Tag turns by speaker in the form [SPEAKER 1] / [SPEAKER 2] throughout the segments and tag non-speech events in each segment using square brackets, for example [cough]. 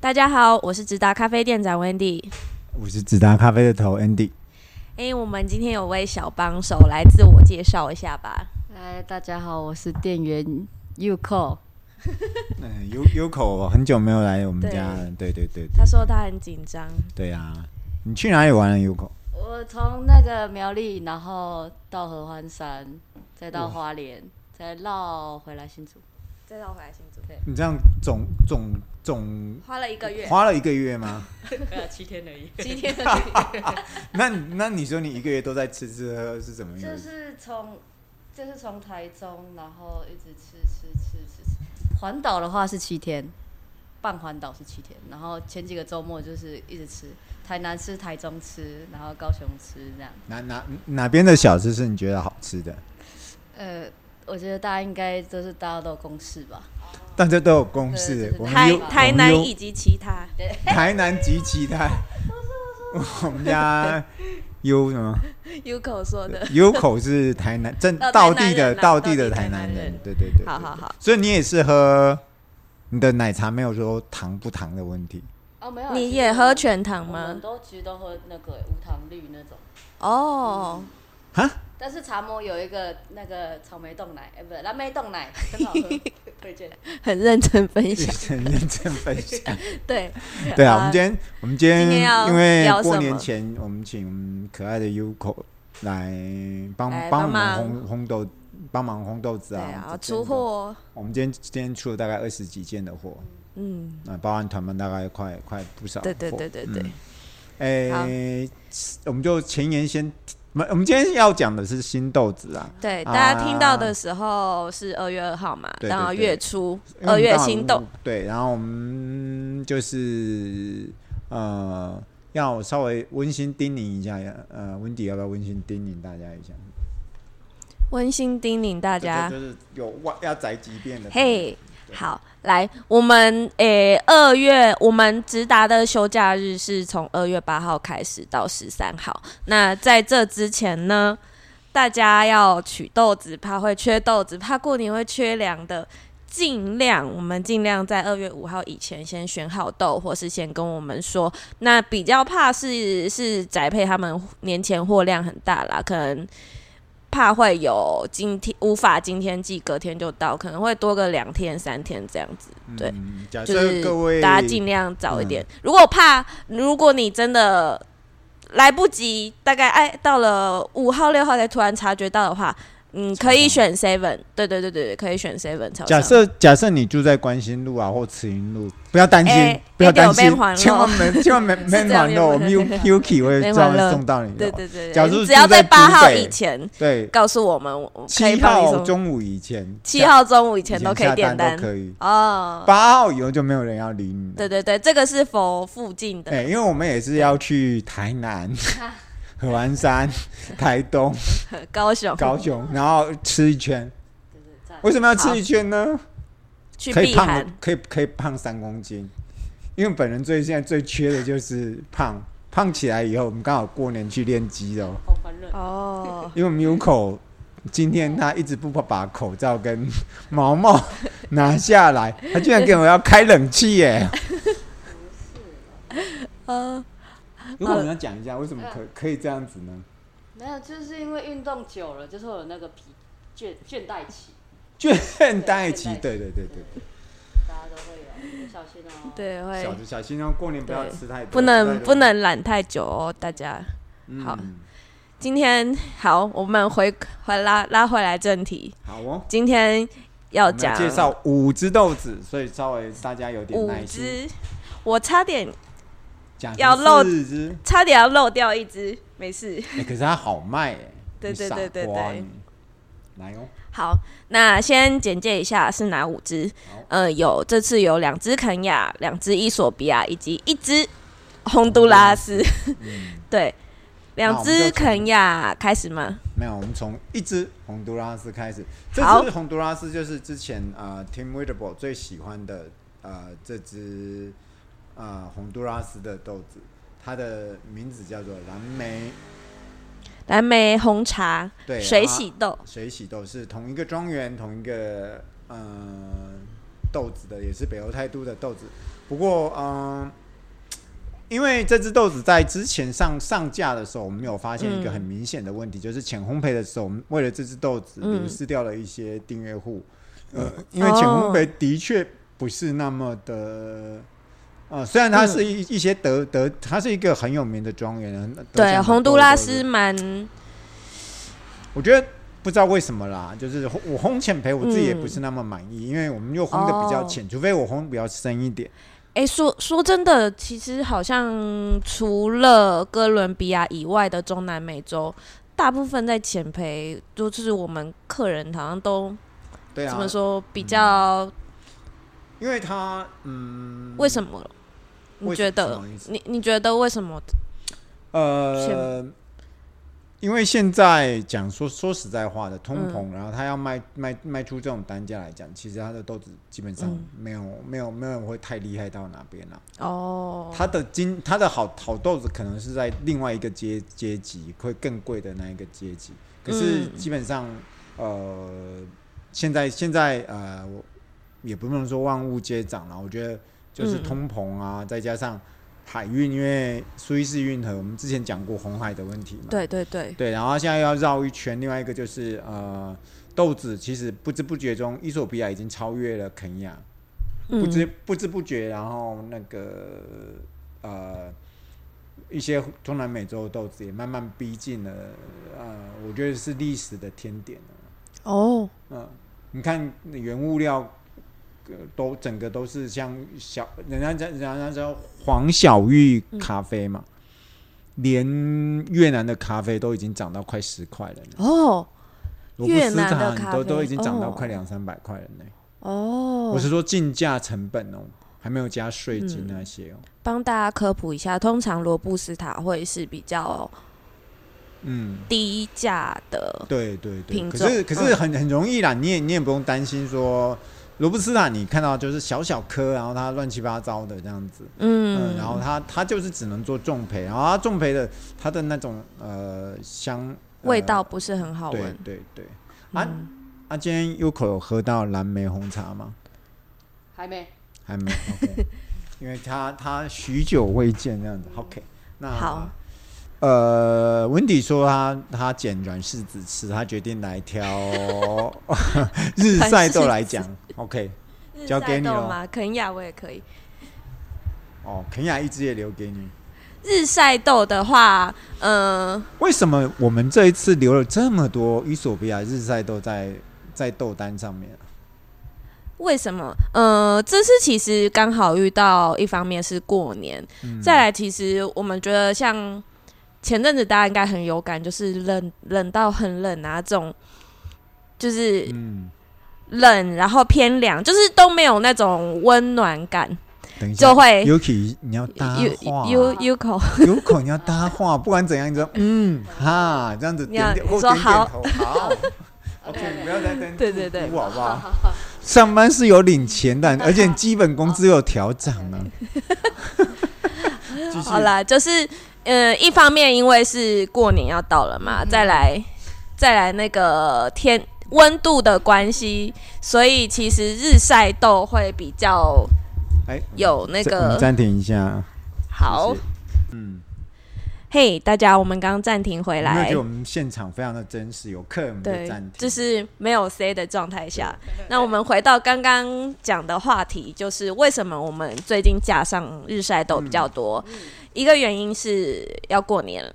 [SPEAKER 1] 大家好，我是直达咖啡店长 Wendy。
[SPEAKER 2] 我是直达咖啡的头 Andy。
[SPEAKER 1] 哎、我们今天有位小帮手来自我介绍一下吧。
[SPEAKER 3] 嗨，大家好，我是店员 Uco。
[SPEAKER 2] 嗯，U U 口很久没有来我们
[SPEAKER 1] 对
[SPEAKER 2] 家了，对对对
[SPEAKER 1] 他说他很紧张，
[SPEAKER 2] 对啊！你去哪里玩了？U 啊口？
[SPEAKER 3] 我从那个苗栗，然后到合欢山，再到花莲，再绕回来 [laughs] 新竹。
[SPEAKER 1] 再绕回来新竹，
[SPEAKER 2] 你这样总总总
[SPEAKER 1] 花了一个月，
[SPEAKER 2] 花了一个月吗？ [laughs]
[SPEAKER 3] 呃，七天而已。
[SPEAKER 1] 几天而已
[SPEAKER 2] 那你那你说你一个月都在吃吃喝喝是怎么样？
[SPEAKER 3] 就是从，就是从台中，然后一直吃吃吃吃吃。环岛的话是七天，半环岛是七天，然后前几个周末就是一直吃，台南吃，台中吃，然后高雄吃这样。
[SPEAKER 2] 哪哪哪边的小吃是你觉得好吃的？
[SPEAKER 3] 呃，我觉得大家应该都是大家都有共识吧。
[SPEAKER 2] 大家都有公
[SPEAKER 3] 对
[SPEAKER 2] 式
[SPEAKER 3] 对，对
[SPEAKER 2] 我们
[SPEAKER 1] 台
[SPEAKER 2] U-
[SPEAKER 1] 台
[SPEAKER 2] 我们
[SPEAKER 1] 南
[SPEAKER 2] U-
[SPEAKER 1] 以及其他。
[SPEAKER 2] 台南及其他，我们家 U 什么
[SPEAKER 1] Uko 说的，
[SPEAKER 2] U 口是台南真
[SPEAKER 1] 哦
[SPEAKER 2] 道
[SPEAKER 1] 台南
[SPEAKER 2] 地的
[SPEAKER 1] 人啊
[SPEAKER 2] 道地的
[SPEAKER 1] 道地
[SPEAKER 2] 台
[SPEAKER 1] 台
[SPEAKER 2] 南
[SPEAKER 1] 南
[SPEAKER 2] 人
[SPEAKER 1] 人，
[SPEAKER 2] 对对对，
[SPEAKER 1] 好
[SPEAKER 2] 对
[SPEAKER 1] 好好，
[SPEAKER 2] 所以你也是喝你的奶茶没有说糖不糖的问题，
[SPEAKER 3] 哦，没有啊，
[SPEAKER 1] 你
[SPEAKER 3] 其实
[SPEAKER 1] 也
[SPEAKER 3] 我
[SPEAKER 1] 喝
[SPEAKER 3] 们
[SPEAKER 1] 全糖
[SPEAKER 3] 我们
[SPEAKER 1] 吗？
[SPEAKER 3] 都其实都喝那个无糖绿那种，
[SPEAKER 1] 哦，
[SPEAKER 3] 但是茶魔有一个那个草莓冻奶，哎、不是蓝莓冻
[SPEAKER 1] [laughs]
[SPEAKER 3] 奶，很好喝，推荐。
[SPEAKER 1] 很认真分
[SPEAKER 2] 也 [laughs]
[SPEAKER 1] 享。
[SPEAKER 2] 是很认真分享。
[SPEAKER 1] 对，
[SPEAKER 2] 对啊，
[SPEAKER 1] 呃
[SPEAKER 2] 我们今天我们今天
[SPEAKER 1] 今天要
[SPEAKER 2] 因为
[SPEAKER 1] 聊
[SPEAKER 2] 过
[SPEAKER 1] 什
[SPEAKER 2] 年
[SPEAKER 1] 么
[SPEAKER 2] 前，我们请我们可爱的 U 口来帮
[SPEAKER 1] 来
[SPEAKER 2] 帮
[SPEAKER 1] 帮
[SPEAKER 2] 我们
[SPEAKER 1] 忙
[SPEAKER 2] 烘烘豆，帮忙烘豆子
[SPEAKER 1] 对
[SPEAKER 2] 啊，
[SPEAKER 1] 啊，
[SPEAKER 2] 这真
[SPEAKER 1] 出
[SPEAKER 2] 的。
[SPEAKER 1] 货，
[SPEAKER 2] 我们今天今天出了大概二十几件的货，
[SPEAKER 1] 嗯，
[SPEAKER 2] 那包含团班大概快快不少。
[SPEAKER 1] 对对对。对
[SPEAKER 2] 嗯
[SPEAKER 1] 对，
[SPEAKER 2] 哎，我们就前言先，我们我们今天要讲的是新豆子啊，
[SPEAKER 1] 对，
[SPEAKER 2] 啊
[SPEAKER 1] 大家听到的时候是二月二号嘛，
[SPEAKER 2] 对对
[SPEAKER 1] 然后
[SPEAKER 2] 对
[SPEAKER 1] 月初
[SPEAKER 2] 因为我
[SPEAKER 1] 二
[SPEAKER 2] 们
[SPEAKER 1] 月
[SPEAKER 2] 刚好
[SPEAKER 1] 心动
[SPEAKER 2] 录，对，然后我们就是呃，要稍微温馨叮咛一下，呃，温迪要不要温馨叮咛大家一下？
[SPEAKER 1] 温馨叮咛大
[SPEAKER 2] 大
[SPEAKER 1] 家
[SPEAKER 2] 就，是有外要宅急便的，
[SPEAKER 1] 嘿，好，来，我们诶二月，我们直达的休假日是从二月八号开始到十三号。那在这之前呢，大家要取豆子，怕会缺豆子，怕过年会缺粮的。尽量，我们尽量在二月五号以前先选好豆，或是先跟我们说。那比较怕是是宅配他们年前货量很大啦，可能怕会有今天无法今天寄，隔天就到，可能会多个两天三天这样子。对
[SPEAKER 2] 嗯假
[SPEAKER 1] 就
[SPEAKER 2] 设
[SPEAKER 1] 是
[SPEAKER 2] 各位嗯
[SPEAKER 1] 大家尽量早一点。如果怕，如果你真的来不及，大概哎到了五号六号才突然察觉到的话，嗯，
[SPEAKER 2] 超商
[SPEAKER 1] 可以选 seven。对对对对对，可以选 seven 超商。
[SPEAKER 2] 假设假设你住在关心路啊或慈云路，不要担心，
[SPEAKER 1] 哎
[SPEAKER 2] 不要担
[SPEAKER 1] 哎
[SPEAKER 2] 心
[SPEAKER 1] 有被还，了
[SPEAKER 2] 千万没千万
[SPEAKER 1] [laughs]
[SPEAKER 2] 没
[SPEAKER 1] 是这样
[SPEAKER 2] 没暖
[SPEAKER 1] 有
[SPEAKER 2] 漏，我
[SPEAKER 1] 被
[SPEAKER 2] 们 U
[SPEAKER 1] 还了
[SPEAKER 2] Yuki 会
[SPEAKER 1] 没
[SPEAKER 2] 专
[SPEAKER 1] 还
[SPEAKER 2] 门
[SPEAKER 1] 了
[SPEAKER 2] 送到你的
[SPEAKER 1] 对
[SPEAKER 2] 哦。
[SPEAKER 1] 对对，
[SPEAKER 2] 假
[SPEAKER 1] 你
[SPEAKER 2] 如
[SPEAKER 1] 只要
[SPEAKER 2] 住在
[SPEAKER 1] 在八号
[SPEAKER 2] 竹北
[SPEAKER 1] 以前
[SPEAKER 2] 对，
[SPEAKER 1] 告诉我们，我可以
[SPEAKER 2] 七
[SPEAKER 1] 帮你
[SPEAKER 2] 号
[SPEAKER 1] 送。
[SPEAKER 2] 中午以前，
[SPEAKER 1] 七号中午以前都可
[SPEAKER 2] 下
[SPEAKER 1] 以点
[SPEAKER 2] 单
[SPEAKER 1] 单
[SPEAKER 2] 都可以。
[SPEAKER 1] 哦。
[SPEAKER 2] 八号以后就没有人要理你了。
[SPEAKER 1] 对对对，这个是否附近的？
[SPEAKER 2] 哎、因为我们也是要去台南、合欢山、
[SPEAKER 1] [laughs]
[SPEAKER 2] 台东、
[SPEAKER 1] [laughs] 哦高雄
[SPEAKER 2] 高雄，然后吃一圈。
[SPEAKER 3] 对对，赞。
[SPEAKER 2] 为什么要吃一圈呢？
[SPEAKER 1] 去
[SPEAKER 2] 可以
[SPEAKER 1] 避寒
[SPEAKER 2] 胖，，可以可以胖三公斤。因为本人最现在最缺的就是胖，胖起来以后，我们刚好过年去练肌肉。
[SPEAKER 3] 好烦人。
[SPEAKER 1] [laughs] 哦，
[SPEAKER 2] 因为我们有口，今天他一直不把口罩跟毛
[SPEAKER 1] [laughs]
[SPEAKER 2] 毛拿下来，他居然给我要开冷
[SPEAKER 1] [laughs]
[SPEAKER 2] 气耶！
[SPEAKER 1] 呃，
[SPEAKER 2] 如果你要讲一下为什么可可以这样子呢？
[SPEAKER 3] 没有，就是因为运动久了，就是会有那个疲倦倦怠期，
[SPEAKER 2] 倦怠期，对
[SPEAKER 3] 对
[SPEAKER 2] 对对对
[SPEAKER 3] 大家都会有，小心哦。，
[SPEAKER 1] [laughs] 对，
[SPEAKER 2] 对，小
[SPEAKER 1] 会
[SPEAKER 2] 心小心哦，过年不要
[SPEAKER 1] 对
[SPEAKER 2] 吃太
[SPEAKER 1] 不
[SPEAKER 2] 多，太
[SPEAKER 1] 能
[SPEAKER 2] 多
[SPEAKER 1] 不，能懒太久哦，大家。
[SPEAKER 2] 嗯
[SPEAKER 1] 好今天好，我们回回拉拉回来正题，
[SPEAKER 2] 好哦。
[SPEAKER 1] 今天要
[SPEAKER 2] 我们
[SPEAKER 1] 讲
[SPEAKER 2] 要介绍五只豆子，所以稍微大家有点
[SPEAKER 1] 五
[SPEAKER 2] 耐心，
[SPEAKER 1] 只，我差点
[SPEAKER 2] 讲
[SPEAKER 1] 要漏
[SPEAKER 2] 四只，
[SPEAKER 1] 差点要漏掉一只，没事。
[SPEAKER 2] 哎可是它好卖哎，
[SPEAKER 1] [laughs] 对
[SPEAKER 2] 你
[SPEAKER 1] 对
[SPEAKER 2] 傻
[SPEAKER 1] 对对
[SPEAKER 2] 瓜
[SPEAKER 1] 对
[SPEAKER 2] 你来哦，
[SPEAKER 1] 好，那先简介一下是哪五只
[SPEAKER 2] 好？
[SPEAKER 1] 呃，有这次有两只肯亚，两只伊索比亚，以及一只洪都拉斯。
[SPEAKER 2] 嗯。
[SPEAKER 1] [laughs] 对，两
[SPEAKER 2] 那我
[SPEAKER 1] 只
[SPEAKER 2] 们就从
[SPEAKER 1] 肯亚开始吗？
[SPEAKER 2] 没有，我们从一只洪都拉斯开始。这
[SPEAKER 1] 好
[SPEAKER 2] 只洪都拉斯就是之前呃 Tim Whitable 最喜欢的呃这只呃洪都拉斯的豆子，它的名字叫做蓝莓
[SPEAKER 1] 蓝莓红茶、
[SPEAKER 2] 对
[SPEAKER 1] 水
[SPEAKER 2] 啊
[SPEAKER 1] 洗豆，
[SPEAKER 2] 水洗豆，是同一个庄园同一个呃豆子的，也是北欧态度的豆子。不过，嗯，因为这只豆子在之前上上架的时候，我们有发现一个
[SPEAKER 1] 嗯
[SPEAKER 2] 很明显的问题，就是浅烘焙的时候，我们为了这只豆子
[SPEAKER 1] 嗯
[SPEAKER 2] 流失掉了一些订阅户。呃，因为浅烘
[SPEAKER 1] 哦
[SPEAKER 2] 焙的确不是那么的。呃，虽然它是一一些德德，它是一个很有名的庄园，很得奖
[SPEAKER 1] 对，
[SPEAKER 2] 的
[SPEAKER 1] 洪
[SPEAKER 2] 豆
[SPEAKER 1] 都拉
[SPEAKER 2] 子
[SPEAKER 1] 斯蛮
[SPEAKER 2] 我觉得不知道为什么啦，就是烘我烘浅焙我自己也不
[SPEAKER 1] 嗯
[SPEAKER 2] 是那么满意，因为我们又烘的
[SPEAKER 1] 哦
[SPEAKER 2] 比较浅，除非我烘比较深一点。
[SPEAKER 1] 哎、说说真的，其实好像除了哥伦比亚以外的中南美洲，大部分在浅培，就是我们客人好像都
[SPEAKER 2] 对
[SPEAKER 1] 怎
[SPEAKER 2] 啊嗯
[SPEAKER 1] 么，说比较、
[SPEAKER 2] 因为它嗯，
[SPEAKER 1] 为什么？你
[SPEAKER 2] 为
[SPEAKER 1] 觉
[SPEAKER 2] 什
[SPEAKER 1] 得
[SPEAKER 2] 么意？思
[SPEAKER 1] 你你觉得为什么？
[SPEAKER 2] 呃，因为现在讲说说实在话的通
[SPEAKER 1] 嗯
[SPEAKER 2] 膨，然后它要卖卖卖出这种单价来讲，其实它的豆子基本上
[SPEAKER 1] 嗯
[SPEAKER 2] 没有、没有没有人会太厉害到哪边啊。
[SPEAKER 1] 哦，
[SPEAKER 2] 它的金它的好好豆子可能是在另外一个阶阶级，会更贵的那一个阶级。可是
[SPEAKER 1] 嗯
[SPEAKER 2] 基本上，呃，现在现在呃，我也不能说万物皆涨了。我觉得就是
[SPEAKER 1] 嗯
[SPEAKER 2] 通膨啊，再加上海运，因为苏伊士运河，我们之前讲过红海的问题嘛。
[SPEAKER 1] 对对对，
[SPEAKER 2] 对，然后现在要绕一圈，另外一个就是呃，豆子其实不知不觉中，伊索比亚已经超越了肯亚。不
[SPEAKER 1] 嗯
[SPEAKER 2] 知不知不觉，然后那个呃一些中南美洲的豆子也慢慢逼近了，呃，我觉得是历史的天点了
[SPEAKER 1] 哦，
[SPEAKER 2] 嗯、你看原物料、呃都整个都是像小，人家人家人家叫黄小玉
[SPEAKER 1] 嗯
[SPEAKER 2] 咖啡嘛。连越南的咖啡都已经涨到快十块了呢，
[SPEAKER 1] 哦
[SPEAKER 2] 罗布
[SPEAKER 1] 越
[SPEAKER 2] 斯
[SPEAKER 1] 南的
[SPEAKER 2] 塔
[SPEAKER 1] 咖
[SPEAKER 2] 都都
[SPEAKER 1] 啡
[SPEAKER 2] 已经涨到
[SPEAKER 1] 哦
[SPEAKER 2] 快两三百块了呢。我
[SPEAKER 1] 哦，嗯
[SPEAKER 2] 是说进价成本哦，还没有加税金那些哦。
[SPEAKER 1] 帮大家科普一下，通常罗布斯塔会是比较
[SPEAKER 2] 嗯，
[SPEAKER 1] 低价的，
[SPEAKER 2] 对对对。
[SPEAKER 1] 品
[SPEAKER 2] 可
[SPEAKER 1] 种
[SPEAKER 2] 是可是
[SPEAKER 1] 嗯
[SPEAKER 2] 很很容易啦，你也你也不用担心说罗布斯塔，你看到就是小小颗，然后它乱七八糟的这样子。嗯，
[SPEAKER 1] 嗯，
[SPEAKER 2] 然后它它就是只能做重培，然后它重培的它的那种呃香呃
[SPEAKER 1] 味道不是很好
[SPEAKER 2] 对
[SPEAKER 1] 闻，
[SPEAKER 2] 对对。啊
[SPEAKER 1] 嗯。
[SPEAKER 2] 啊，今天 U 口有喝到蓝莓红茶吗？
[SPEAKER 3] 还没。
[SPEAKER 2] 还没
[SPEAKER 1] [laughs]
[SPEAKER 2] ，OK，因为他他许久未见这样子，OK，那
[SPEAKER 1] 好，
[SPEAKER 2] 呃，温迪说他他捡软柿子吃，他决定来挑
[SPEAKER 1] [laughs]
[SPEAKER 2] 日
[SPEAKER 1] 软
[SPEAKER 2] 晒
[SPEAKER 1] 柿
[SPEAKER 2] 豆来
[SPEAKER 1] 子
[SPEAKER 2] 讲，OK，
[SPEAKER 1] 日
[SPEAKER 2] 交给
[SPEAKER 1] 晒
[SPEAKER 2] 你
[SPEAKER 1] 豆
[SPEAKER 2] 咯
[SPEAKER 1] 吗？肯亚我也可以。
[SPEAKER 2] 哦，肯雅一直也留给你。
[SPEAKER 1] 日晒豆的话，嗯、
[SPEAKER 2] 为什么我们这一次留了这么多伊索比亚日晒豆在在豆单上面啊？
[SPEAKER 1] 为什么？呃，这次其实刚好遇到，一方面是过年，
[SPEAKER 2] 嗯
[SPEAKER 1] 再来其实我们觉得像前阵子大家应该很有感，就是冷冷到很冷啊，这种就是
[SPEAKER 2] 嗯，
[SPEAKER 1] 冷，然后偏凉，就是都没有那种温暖感，
[SPEAKER 2] 等一下
[SPEAKER 1] 就会
[SPEAKER 2] Yuki，你要搭话
[SPEAKER 1] U U 口
[SPEAKER 2] [laughs] ，Yuko 你要搭话，不管怎样，你就嗯哈这样子
[SPEAKER 1] 你要
[SPEAKER 2] 点点
[SPEAKER 1] 你
[SPEAKER 2] 或
[SPEAKER 1] 说
[SPEAKER 2] 点点
[SPEAKER 1] 好
[SPEAKER 2] 头，
[SPEAKER 1] [laughs]
[SPEAKER 2] 好。OK，不要再等，
[SPEAKER 1] 对对对
[SPEAKER 2] 好不好？
[SPEAKER 3] 好好好，
[SPEAKER 2] 上班是有领钱的，而且基本工资有调涨
[SPEAKER 1] [laughs]
[SPEAKER 2] 啊。继续
[SPEAKER 1] 好，啦，就是呃，一方面因为是过年要到了
[SPEAKER 2] 嗯
[SPEAKER 1] 嘛，再来再来那个天温度的关系，所以其实日晒豆会比较
[SPEAKER 2] 哎，
[SPEAKER 1] 有那
[SPEAKER 2] 我们
[SPEAKER 1] 个
[SPEAKER 2] 暂停一下。啊
[SPEAKER 1] 好
[SPEAKER 2] 谢谢。嗯，
[SPEAKER 1] 嘿大家，我们刚暂停回
[SPEAKER 2] 有没有
[SPEAKER 1] 来
[SPEAKER 2] 觉得我，们现场非常的真实，有客人的
[SPEAKER 1] 对
[SPEAKER 2] 暂停，，
[SPEAKER 1] 就是没有 C 的状态下，那我们回到刚刚讲的话题，就是为什么我们最近架上日晒豆比较多？一个原因是要过年了，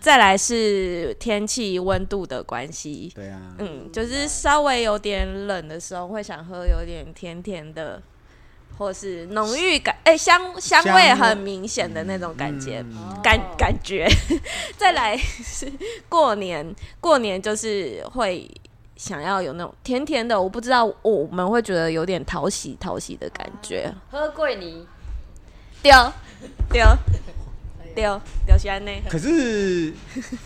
[SPEAKER 1] 再来是天气温度的关系。
[SPEAKER 2] 对啊，
[SPEAKER 1] 嗯，就是稍微有点冷的时候，会想喝有点甜甜的，或是浓郁感，哎、香香
[SPEAKER 2] 香
[SPEAKER 1] 味
[SPEAKER 2] 味
[SPEAKER 1] 很明显的那种感觉，
[SPEAKER 2] 嗯
[SPEAKER 1] 感
[SPEAKER 3] 哦
[SPEAKER 1] 感觉。再来是过年，过年就是会想要有那种甜甜的，我不知道我们会觉得有点讨喜讨喜的感觉。
[SPEAKER 3] 喝桂泥，
[SPEAKER 1] 丢丢丢丢西安呢？[laughs]
[SPEAKER 2] 可是，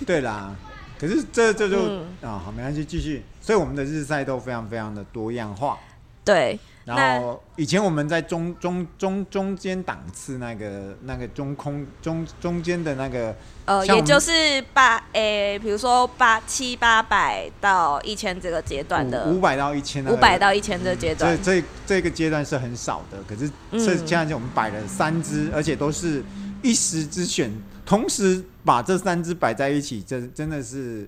[SPEAKER 2] 对啦，可是这这就
[SPEAKER 1] 嗯
[SPEAKER 2] 啊，好，没关系，继续。所以我们的日晒都非常非常的多样化。
[SPEAKER 1] 对，
[SPEAKER 2] 然后以前我们在中中中中间档次那个那个中空中中间的那个
[SPEAKER 1] 呃，
[SPEAKER 2] 像我
[SPEAKER 1] 也
[SPEAKER 2] 们
[SPEAKER 1] 就是八诶、比如说八七八百到一千这个阶段的
[SPEAKER 2] 五，百到一千、那
[SPEAKER 1] 五
[SPEAKER 2] 个，
[SPEAKER 1] 百到一千这阶段
[SPEAKER 2] 这，这这个阶段是很少的，可是这
[SPEAKER 1] 嗯
[SPEAKER 2] 现在就我们摆了三只，而且都是一时之选，同时把这三只摆在一起，真真的是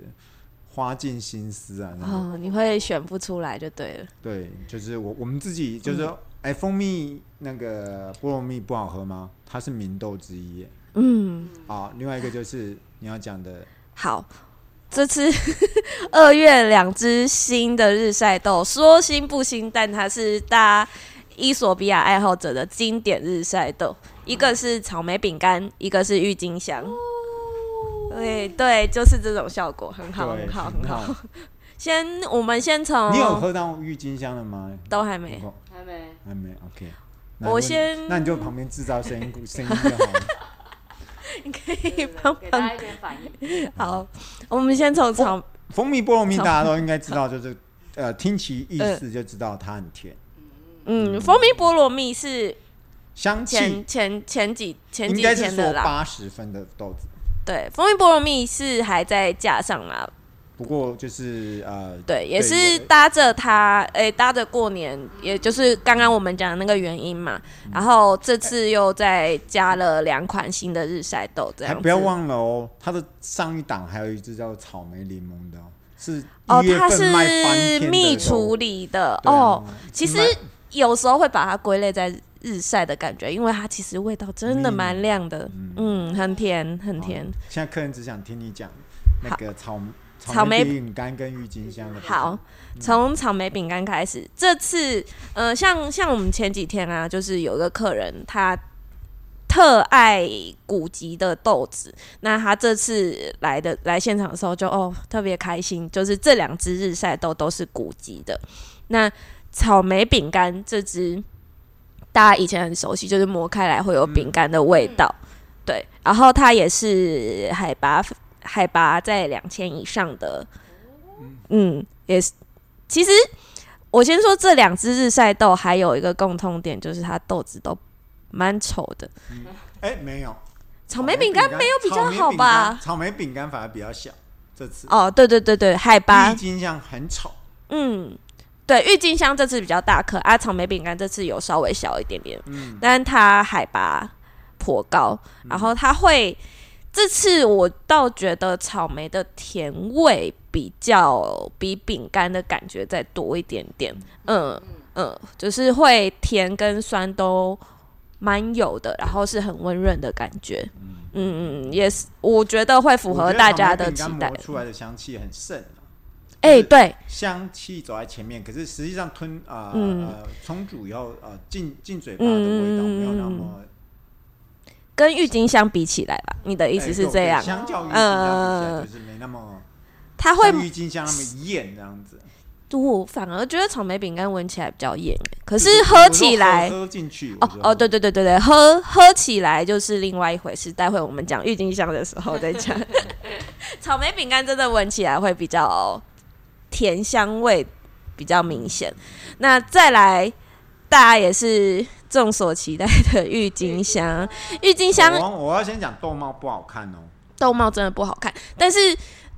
[SPEAKER 2] 花尽心思啊！那个
[SPEAKER 1] 哦，你会选不出来就对了。
[SPEAKER 2] 对，就是我我们自己就是
[SPEAKER 1] 嗯
[SPEAKER 2] 说，哎、蜂蜜那个菠萝蜜不好喝吗？它是名豆之一耶。
[SPEAKER 1] 嗯，
[SPEAKER 2] 啊，另外一个就是你要讲的
[SPEAKER 1] 好，这次 [laughs] 二月两只新的日晒豆，说新不新，但它是大家伊索比亚爱好者的经典日晒豆，一个是草莓饼干，一个是郁金香。哦
[SPEAKER 3] 哦
[SPEAKER 1] 对对，就是这种效果，很好，
[SPEAKER 2] 对
[SPEAKER 1] 很好，很好。。先，我们先从
[SPEAKER 2] 你有喝到郁金香了吗？
[SPEAKER 1] 都还没，
[SPEAKER 2] 哦
[SPEAKER 3] 还没。
[SPEAKER 2] 还没，OK。
[SPEAKER 1] 我
[SPEAKER 2] 那你
[SPEAKER 1] 先
[SPEAKER 2] 那你就旁边制造声音， [laughs] 声音就好了。
[SPEAKER 1] 你可以帮
[SPEAKER 3] 给大
[SPEAKER 1] 忙
[SPEAKER 3] 家一点反应。
[SPEAKER 1] [laughs] 好，我们先从草
[SPEAKER 2] 蜂蜜菠萝蜜大家都应该知道，就是呃，听其意思就知道它很甜，
[SPEAKER 1] 嗯，蜂蜜菠萝蜜是
[SPEAKER 2] 香气
[SPEAKER 1] 前前前几前
[SPEAKER 2] 应
[SPEAKER 1] 几
[SPEAKER 2] 该是
[SPEAKER 1] 天
[SPEAKER 2] 说
[SPEAKER 1] 的啦。
[SPEAKER 2] 八十分的豆子，
[SPEAKER 1] 对，蜂蜜菠萝蜜是还在架上啦，
[SPEAKER 2] 不过就是呃，
[SPEAKER 1] 对，也
[SPEAKER 2] 对
[SPEAKER 1] 是
[SPEAKER 2] 对
[SPEAKER 1] 搭着它，诶、搭着过年，也就是刚刚我们讲的那个原因嘛。
[SPEAKER 2] 嗯
[SPEAKER 1] 然后这次又再加了两款新的日晒豆，这
[SPEAKER 2] 还
[SPEAKER 1] 样子。
[SPEAKER 2] 不要忘了哦，它的上一档还有一只叫草莓柠檬的、哦，是
[SPEAKER 1] 哦，
[SPEAKER 2] 一月
[SPEAKER 1] 它
[SPEAKER 2] 份卖翻天
[SPEAKER 1] 是
[SPEAKER 2] 的
[SPEAKER 1] 蜜
[SPEAKER 2] 豆
[SPEAKER 1] 处理的
[SPEAKER 2] 对啊
[SPEAKER 1] 哦。其实
[SPEAKER 2] 卖
[SPEAKER 1] 有时候会把它归类在日晒的感觉，因为它其实味道真的蛮亮的，嗯，很甜，很甜。
[SPEAKER 2] 现在客人只想听你讲那个草
[SPEAKER 1] 草莓
[SPEAKER 2] 莓饼干跟郁金香的。
[SPEAKER 1] 好，，从草莓饼干开始。这次，呃，像像我们前几天啊，就是有一个客人，他特爱古籍的豆子，那他这次来的来现场的时候就哦特别开心，就是这两只日晒豆都是古籍的。那草莓饼干这只，大家以前很熟悉，就是磨开来会有饼干的味道，对。然后它也是海拔海拔在两千以上的，嗯，也是。其实我先说这两只日晒豆还有一个共通点，就是它豆子都蛮丑的。
[SPEAKER 2] 哎、没有
[SPEAKER 1] 草莓饼干没有比较好吧？
[SPEAKER 2] 草莓饼干反而比较小，这次
[SPEAKER 1] 哦，对对对对，海
[SPEAKER 2] 郁
[SPEAKER 1] 拔，
[SPEAKER 2] 金香很丑，
[SPEAKER 1] 嗯，对，郁金香这次比较大颗啊，草莓饼干这次有稍微小一点点，
[SPEAKER 2] 嗯，
[SPEAKER 1] 但它海拔颇高，然后它会。这次我倒觉得草莓的甜味比较比饼干的感觉再多一点点，嗯嗯，就是会甜跟酸都蛮有的，然后是很温润的感觉，嗯嗯，也是我觉得会符
[SPEAKER 2] 我
[SPEAKER 1] 合
[SPEAKER 2] 觉得
[SPEAKER 1] 大
[SPEAKER 2] 草莓
[SPEAKER 1] 家的
[SPEAKER 2] 饼
[SPEAKER 1] 期
[SPEAKER 2] 干
[SPEAKER 1] 待
[SPEAKER 2] 磨。出来的香气很盛、啊，
[SPEAKER 1] 哎、
[SPEAKER 2] 就是
[SPEAKER 1] 对，
[SPEAKER 2] 香气走在前面，可是实际上吞啊、呃
[SPEAKER 1] 嗯
[SPEAKER 2] 呃冲煮以后呃进进嘴巴的味道没有那
[SPEAKER 1] 嗯
[SPEAKER 2] 么，
[SPEAKER 1] 跟郁金香比起来吧，你的意
[SPEAKER 2] 哎
[SPEAKER 1] 思
[SPEAKER 2] 对
[SPEAKER 1] 是
[SPEAKER 2] 对
[SPEAKER 1] 这样？
[SPEAKER 2] 相较于郁金香比起
[SPEAKER 1] 嗯
[SPEAKER 2] 来就是没那么
[SPEAKER 1] 它会
[SPEAKER 2] 像郁金香那么艳这样子。
[SPEAKER 1] 我反而觉得草莓饼干闻起来比较艳，可
[SPEAKER 2] 可
[SPEAKER 1] 是喝起来，
[SPEAKER 2] 喝进去
[SPEAKER 1] 哦哦，对，对对对对，喝喝起来就是另外一回事。待会我们讲郁金香的时候再
[SPEAKER 2] [laughs]
[SPEAKER 1] 讲。草莓饼干真的闻起来会比较甜香味比较明显。那再来，大家也是众所期待的郁金香。郁金香
[SPEAKER 2] 我我要先讲豆帽不好看哦，
[SPEAKER 1] 豆帽真的不好看，但是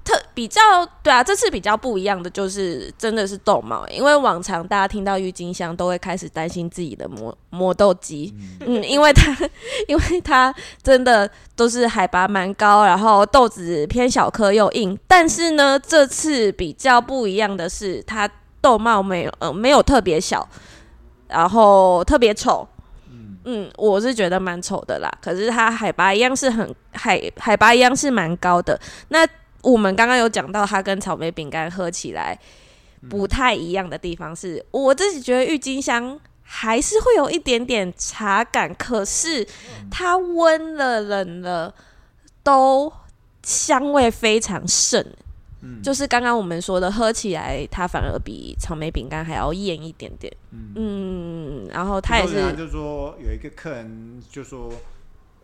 [SPEAKER 1] 特比较对啊，这次比较不一样的就是真的是豆帽，欸因为往常大家听到郁金香都会开始担心自己的磨磨豆机，嗯，因为它 [laughs] 因为它真的都是海拔蛮高，然后豆子偏小颗又硬，但是呢，这次比较不一样的是它豆帽没有呃没有特别小，然后特别丑，嗯，我是觉得蛮丑的啦。可是它海拔一样是很海海拔一样是蛮高的。那我们刚刚有讲到，它跟草莓饼干喝起来不太一样的地方是，我自己觉得郁金香还是会有一点点茶感，可是它温了冷了都香味非常盛。
[SPEAKER 2] 嗯
[SPEAKER 1] 就是刚刚我们说的，喝起来它反而比草莓饼干还要艳一点点。嗯然后它也
[SPEAKER 2] 很多人
[SPEAKER 1] 是
[SPEAKER 2] 啊就说有一个客人就说。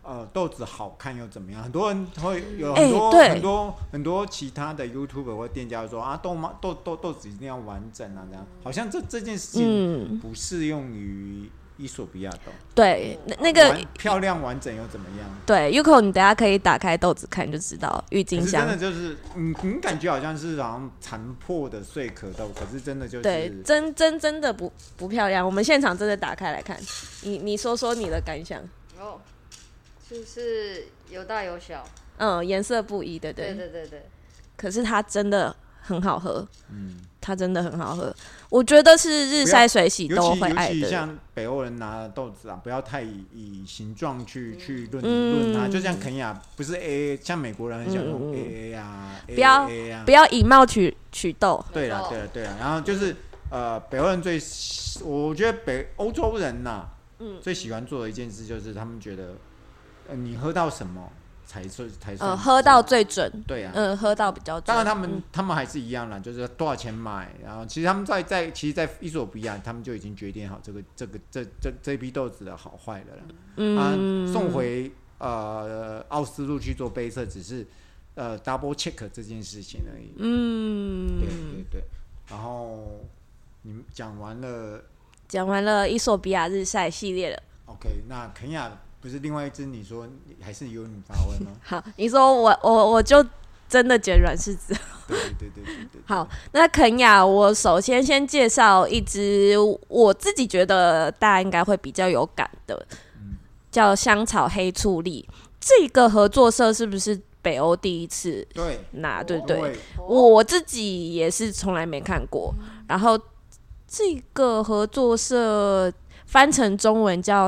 [SPEAKER 2] 呃豆子好看又怎么样？很多人会有
[SPEAKER 1] 哎
[SPEAKER 2] 很多、
[SPEAKER 1] 对
[SPEAKER 2] 很多很多其他的 YouTube 或店家说啊豆妈豆豆豆子一定要完整啊这样，好像这这件事情
[SPEAKER 1] 嗯，
[SPEAKER 2] 不适用于伊索比亚豆，
[SPEAKER 1] 对，那那个
[SPEAKER 2] 完漂亮完整又怎么样？
[SPEAKER 1] 对 Uko，你等下可以打开豆子看就知道郁
[SPEAKER 2] 可
[SPEAKER 1] 金
[SPEAKER 2] 是真的
[SPEAKER 1] 香。
[SPEAKER 2] 就是你你感觉好像是好像残破的碎壳豆，可是真的就是
[SPEAKER 1] 对，真真真的不不漂亮。我们现场真的打开来看，你你说说你的感想。
[SPEAKER 3] 哦，就是有大有小，
[SPEAKER 1] 嗯，颜色不一，对不对？
[SPEAKER 3] 对对对对，
[SPEAKER 1] 可是它真的很好喝，
[SPEAKER 2] 嗯。
[SPEAKER 1] 它真的很好喝。我觉得是日晒水洗
[SPEAKER 2] 尤
[SPEAKER 1] 都
[SPEAKER 2] 其
[SPEAKER 1] 会爱
[SPEAKER 2] 尤其
[SPEAKER 1] 的。
[SPEAKER 2] 像北欧人拿的豆子啊，不要太以以形状去去论
[SPEAKER 1] 嗯
[SPEAKER 2] 论它，就像肯雅不是 A A，像美国人很喜欢
[SPEAKER 1] 嗯嗯
[SPEAKER 2] 用
[SPEAKER 1] 嗯
[SPEAKER 2] A A 啊
[SPEAKER 1] 不要
[SPEAKER 2] ，A A 啊
[SPEAKER 1] 不，要以貌取取豆，
[SPEAKER 2] 对啦
[SPEAKER 3] 没错
[SPEAKER 2] 对啦对啦，然后就是呃，北欧人最喜，我觉得北欧洲人呐、
[SPEAKER 1] 嗯
[SPEAKER 2] 最喜欢做的一件事就是他们觉得，呃，你喝到什么才算才算
[SPEAKER 1] 呃，喝到最准，
[SPEAKER 2] 对啊，
[SPEAKER 1] 嗯、喝到比较准。
[SPEAKER 2] 当然，他们、他们还是一样啦，就是多少钱买，然后其实他们在在其实，在伊索比亚，他们就已经决定好这个这个这这这批豆子的好坏了啦。
[SPEAKER 1] 嗯，
[SPEAKER 2] 啊，送回呃奥斯陆去做杯测，只是呃 double check 这件事情而已。
[SPEAKER 1] 嗯，
[SPEAKER 2] 对对对。然后你们讲完了
[SPEAKER 1] 讲完了伊索比亚日晒系列了。？
[SPEAKER 2] ，OK，那肯亚不是另外一支？你说你还是由你发问吗
[SPEAKER 1] [laughs] 好，你说我我我就真的捡软柿子。
[SPEAKER 2] 对对对对对对。
[SPEAKER 1] 好，那肯雅，我首先先介绍一支我自己觉得大家应该会比较有感的，叫香草黑醋栗。这个合作社是不是北欧第一次
[SPEAKER 2] 对
[SPEAKER 1] 拿？
[SPEAKER 3] 哦
[SPEAKER 1] 对不对？
[SPEAKER 2] 对，
[SPEAKER 1] 我自己也是从来没看过。然后这个合作社翻成中文叫，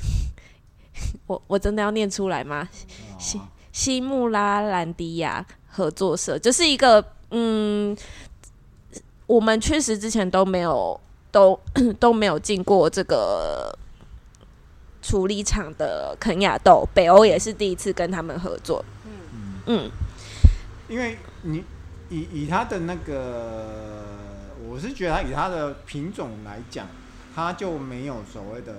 [SPEAKER 1] [laughs] 我我真的要念出来吗？
[SPEAKER 2] 是
[SPEAKER 1] 西穆拉兰迪亚合作社，就是一个嗯，我们确实之前都没有都都没有进过这个处理厂的肯亚豆，北欧也是第一次跟他们合作。嗯嗯，
[SPEAKER 2] 因为你以以它的那个，我是觉得它以它的品种来讲，它就没有所谓的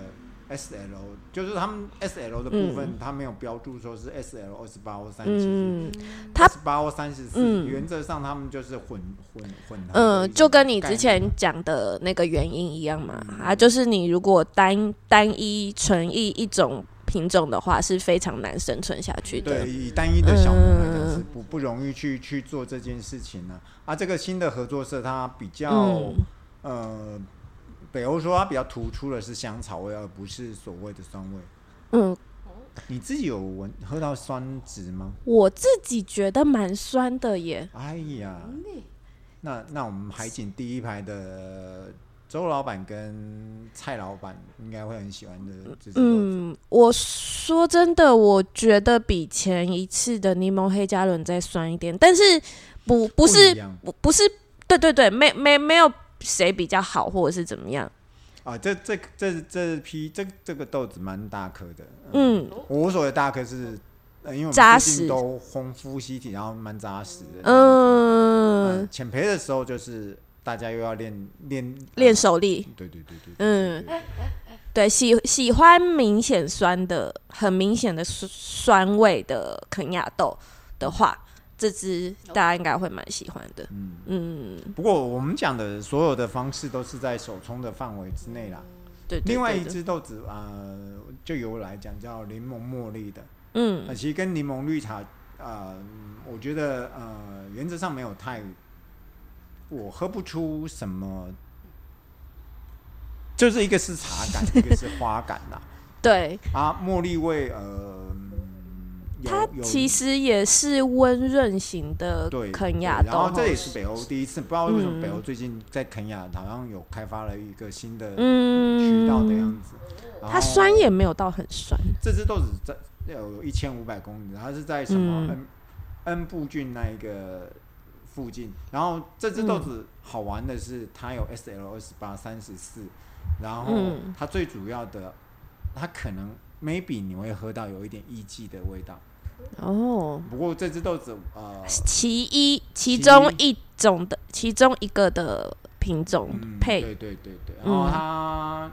[SPEAKER 2] S L，就是他们 S L 的部分，它没有标注说是 S L 二十八或三七、
[SPEAKER 1] 嗯它
[SPEAKER 2] 二十八或三十四，
[SPEAKER 1] 嗯
[SPEAKER 2] 原则上他们就是混混混合的一
[SPEAKER 1] 嗯，
[SPEAKER 2] 种
[SPEAKER 1] 就跟你
[SPEAKER 2] 概
[SPEAKER 1] 之
[SPEAKER 2] 念
[SPEAKER 1] 前讲的那个原因一样嘛，啊，就是你如果单单一纯一一种品种的话，是非常难生存下去的。
[SPEAKER 2] 对，以单一的小农来
[SPEAKER 1] 嗯
[SPEAKER 2] 讲是不不容易去去做这件事情呢、啊。这个新的合作社，它比较、
[SPEAKER 1] 嗯
[SPEAKER 2] 呃，北欧说它比较突出的是香草味，而不是所谓的酸味。
[SPEAKER 1] 嗯，
[SPEAKER 2] 你自己有闻喝到酸值吗？
[SPEAKER 1] 我自己觉得蛮酸的耶。
[SPEAKER 2] 哎呀，
[SPEAKER 3] 嗯
[SPEAKER 2] 那那我们海景第一排的周老板跟蔡老板应该会很喜欢的这种豆子。
[SPEAKER 1] 嗯，我说真的，我觉得比前一次的柠檬黑加仑再酸一点，但是不不
[SPEAKER 2] 一
[SPEAKER 1] 是
[SPEAKER 2] 样
[SPEAKER 1] 不不是，对对对，没没没有谁比较好或者是怎么样。
[SPEAKER 2] 啊，这这这这批这这个豆子蛮大颗的，
[SPEAKER 1] 嗯
[SPEAKER 2] 我所谓的大颗是，呃，因为我们
[SPEAKER 1] 扎
[SPEAKER 2] 最近
[SPEAKER 1] 实
[SPEAKER 2] 都烘夫西体，然后蛮扎实的。
[SPEAKER 1] 嗯
[SPEAKER 2] 嗯，，浅培的时候就是大家又要练练
[SPEAKER 1] 练、手力，
[SPEAKER 2] 对对对对，
[SPEAKER 1] 嗯
[SPEAKER 2] 对，对对
[SPEAKER 1] 对，喜喜欢明显酸的，很明显的酸酸味的肯亚豆的话，这支大家应该会蛮喜欢的。
[SPEAKER 2] 嗯。
[SPEAKER 1] 嗯，
[SPEAKER 2] 不过我们讲的所有的方式都是在手冲的范围之内啦。
[SPEAKER 1] 对对对
[SPEAKER 2] 另外一
[SPEAKER 1] 对
[SPEAKER 2] 只豆子，呃，就由我来讲叫柠檬茉莉的，
[SPEAKER 1] 嗯
[SPEAKER 2] 呃，其实跟柠檬绿茶，呃，我觉得呃，原则上没有太，我喝不出什么，就是一个是茶感，一个是花感啦。
[SPEAKER 1] 对，
[SPEAKER 2] 啊，茉莉味，呃，有
[SPEAKER 1] 它
[SPEAKER 2] 有
[SPEAKER 1] 其实也是温润型的
[SPEAKER 2] 对
[SPEAKER 1] 呃肯
[SPEAKER 2] 对
[SPEAKER 1] 亚豆
[SPEAKER 2] 然后
[SPEAKER 1] 哈，
[SPEAKER 2] 这也是北欧第一次，不知道为什么北
[SPEAKER 1] 嗯
[SPEAKER 2] 欧最近在肯亚好像有开发了一个新的渠道的样
[SPEAKER 1] 嗯，
[SPEAKER 2] 子。然
[SPEAKER 1] 它
[SPEAKER 2] 后
[SPEAKER 1] 酸也没有到很酸，
[SPEAKER 2] 这只豆子在有一千五百公里，它是在什么
[SPEAKER 1] 嗯
[SPEAKER 2] 恩恩布郡那一个附近。然后这只豆
[SPEAKER 1] 嗯
[SPEAKER 2] 子好玩的是，它有 S L 二十八、三十四，然后
[SPEAKER 1] 嗯
[SPEAKER 2] 它最主要的，它可能 maybe 你会喝到有一点艺妓的味道。
[SPEAKER 1] 哦。
[SPEAKER 2] 不过这只豆子呃，
[SPEAKER 1] 其一，其
[SPEAKER 2] 其
[SPEAKER 1] 中一种的，其中一个的品种
[SPEAKER 2] 嗯，
[SPEAKER 1] 配，
[SPEAKER 2] 对对对对，然后它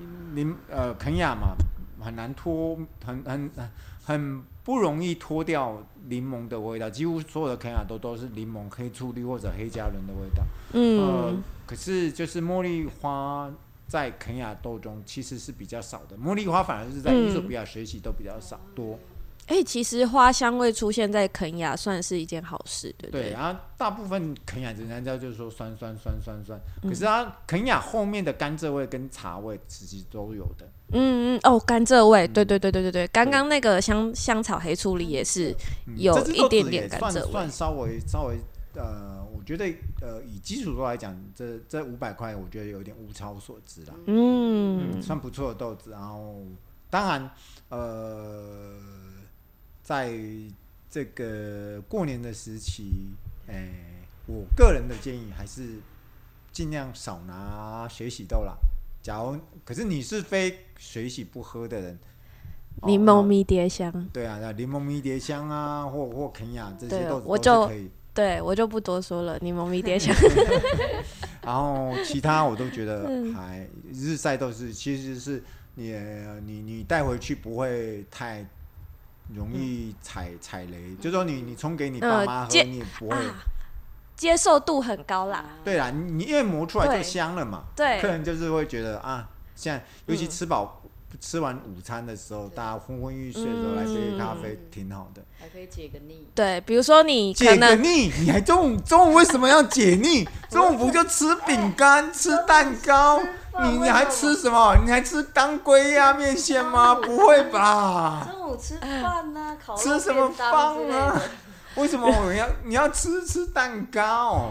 [SPEAKER 2] 嗯柠呃肯亚嘛，很难脱，很很很很不容易脱掉柠檬的味道。几乎所有的肯亚豆都是柠檬、黑醋栗或者黑加仑的味道。呃
[SPEAKER 1] 嗯，
[SPEAKER 2] 可是就是茉莉花在肯亚豆中其实是比较少的，茉莉花反而是在
[SPEAKER 1] 嗯
[SPEAKER 2] 伊索比亚学习都比较少多。
[SPEAKER 1] 哎、其实花香味出现在肯亚算是一件好事，对不
[SPEAKER 2] 对，啊
[SPEAKER 1] 对？
[SPEAKER 2] 然后大部分肯亚人家就是说酸酸酸酸酸，
[SPEAKER 1] 嗯
[SPEAKER 2] 可是它肯亚后面的甘蔗味跟茶味其实都有的。
[SPEAKER 1] 嗯嗯，哦，甘蔗味，对对对对对对，刚刚那个香香草黑醋栗也是，
[SPEAKER 2] 嗯
[SPEAKER 1] 有
[SPEAKER 2] 这只
[SPEAKER 1] 一
[SPEAKER 2] 豆子
[SPEAKER 1] 点点
[SPEAKER 2] 也
[SPEAKER 1] 甘
[SPEAKER 2] 算
[SPEAKER 1] 蔗味
[SPEAKER 2] 算稍微稍微呃，我觉得呃，以基础度来讲，这这五百块我觉得有点物超所值啦，
[SPEAKER 1] 嗯
[SPEAKER 2] 嗯，算不错的豆子。然后当然呃，在这个过年的时期，哎、我个人的建议还是尽量少拿水洗豆啦。假如可是你是非水洗不喝的人，哦
[SPEAKER 1] 柠
[SPEAKER 2] 那
[SPEAKER 1] 檬迷迭香，
[SPEAKER 2] 对啊，那柠檬迷迭香啊，或或肯亚这些
[SPEAKER 1] 对啊
[SPEAKER 2] 豆子
[SPEAKER 1] 我
[SPEAKER 2] 都
[SPEAKER 1] 就是
[SPEAKER 2] 可以。
[SPEAKER 1] 对我就不多说了，柠檬迷迭
[SPEAKER 2] [laughs]
[SPEAKER 1] 香，
[SPEAKER 2] 然后其他我都觉得
[SPEAKER 1] 嗯
[SPEAKER 2] 还日晒豆是其实是你你你带回去不会太容易踩踩雷，就说你你冲给你爸
[SPEAKER 1] 嗯呃
[SPEAKER 2] 妈喝，
[SPEAKER 1] 接
[SPEAKER 2] 你也不会。
[SPEAKER 1] 啊 [laughs] 接受度很高啦。
[SPEAKER 2] 对啦，你你因为磨出来就
[SPEAKER 1] 对
[SPEAKER 2] 香了嘛，
[SPEAKER 1] 对
[SPEAKER 2] 客人就是会觉得啊，现在尤其
[SPEAKER 1] 嗯
[SPEAKER 2] 吃饱。吃完午餐的时候，大家昏昏欲睡的时候来杯咖啡
[SPEAKER 3] 嗯，
[SPEAKER 2] 挺好的。
[SPEAKER 3] 还可以解个腻。
[SPEAKER 1] 对，比如说你可
[SPEAKER 2] 解个
[SPEAKER 1] 能
[SPEAKER 2] 腻，你还中午中午为什么要解 [laughs] 腻？中午不就吃饼干、吃蛋糕？ [laughs] 你你还吃什么？你还吃当归呀、面线 [laughs] 吗？不会 [laughs] 吧？
[SPEAKER 3] 中午吃饭呐、烤肉
[SPEAKER 2] 啊吃什么
[SPEAKER 3] 便当之
[SPEAKER 2] 饭
[SPEAKER 3] 类
[SPEAKER 2] 啊
[SPEAKER 3] 的？
[SPEAKER 2] 为什么我 [laughs] 要你要吃吃蛋糕？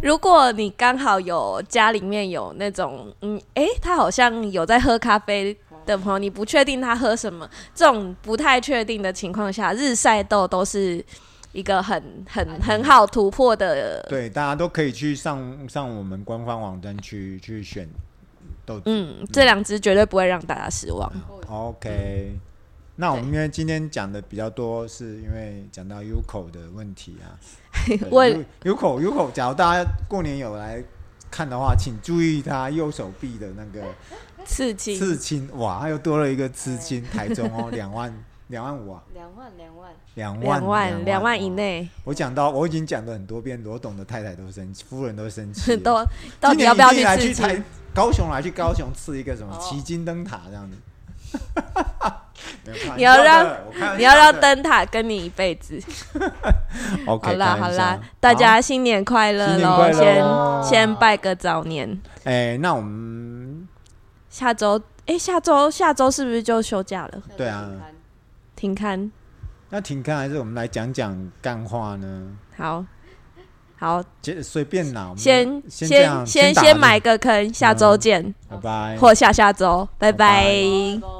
[SPEAKER 1] 如果你刚好有家里面有那种，嗯，诶，他好像有在喝咖啡的朋友，你不确定他喝什么，这种不太确定的情况下，日晒豆都是一个很很很好突破的，
[SPEAKER 2] 对，大家都可以去上上我们官方网站去去选豆子。
[SPEAKER 1] 嗯，这两支绝对不会让大家失望。
[SPEAKER 2] OK，、那我
[SPEAKER 1] 嗯
[SPEAKER 2] 们因为今天讲的比较多，是因为讲到 Uco 的问题
[SPEAKER 1] [laughs]
[SPEAKER 2] 啊。
[SPEAKER 1] 我
[SPEAKER 2] Uco Uco，假如大家过年有来看的话，请注意他右手臂的那个
[SPEAKER 1] 刺激，
[SPEAKER 2] 刺青，哇，他又多了一个
[SPEAKER 1] [laughs]
[SPEAKER 2] 刺青，台中哦，两万两万五啊，
[SPEAKER 3] 两万两万，
[SPEAKER 2] 两万
[SPEAKER 1] 两万两万
[SPEAKER 2] 哇
[SPEAKER 1] 以内，
[SPEAKER 2] 我讲到，我已经讲了很多遍，罗董的太太都生气，夫人都生气了，
[SPEAKER 1] [laughs] 都到
[SPEAKER 2] 今
[SPEAKER 1] 底
[SPEAKER 2] 年
[SPEAKER 1] 要不要
[SPEAKER 2] 一定来
[SPEAKER 1] 刺
[SPEAKER 2] 去
[SPEAKER 1] 激？
[SPEAKER 2] 台高雄来去高雄刺一个什么
[SPEAKER 3] 哦
[SPEAKER 2] 旗津灯塔这样子。
[SPEAKER 1] [laughs]
[SPEAKER 2] 没有开玩笑的
[SPEAKER 1] 你要让
[SPEAKER 2] 我开玩笑的
[SPEAKER 1] 你要让灯塔跟你一辈子。
[SPEAKER 2] OK，
[SPEAKER 1] 好啦
[SPEAKER 2] 开玩笑
[SPEAKER 1] 好啦，大家新年快乐
[SPEAKER 2] 新年快
[SPEAKER 1] 喽！
[SPEAKER 2] 乐
[SPEAKER 1] 先先拜个早年。
[SPEAKER 2] 好哎，那我们
[SPEAKER 1] 下周哎、下周下周是不是就休假了？
[SPEAKER 2] 对啊
[SPEAKER 3] 那就平
[SPEAKER 1] 停
[SPEAKER 3] 摊
[SPEAKER 1] 刊。
[SPEAKER 2] 那停刊还是我们来讲讲干话呢？
[SPEAKER 1] 好，好，
[SPEAKER 2] 就随便啦，我们
[SPEAKER 1] 先
[SPEAKER 2] 先这样
[SPEAKER 1] 先
[SPEAKER 2] 先打
[SPEAKER 1] 先埋个坑，下周见、
[SPEAKER 2] 拜拜。
[SPEAKER 1] 或下下周，拜
[SPEAKER 2] 拜
[SPEAKER 1] 拜
[SPEAKER 2] 拜
[SPEAKER 3] 拜拜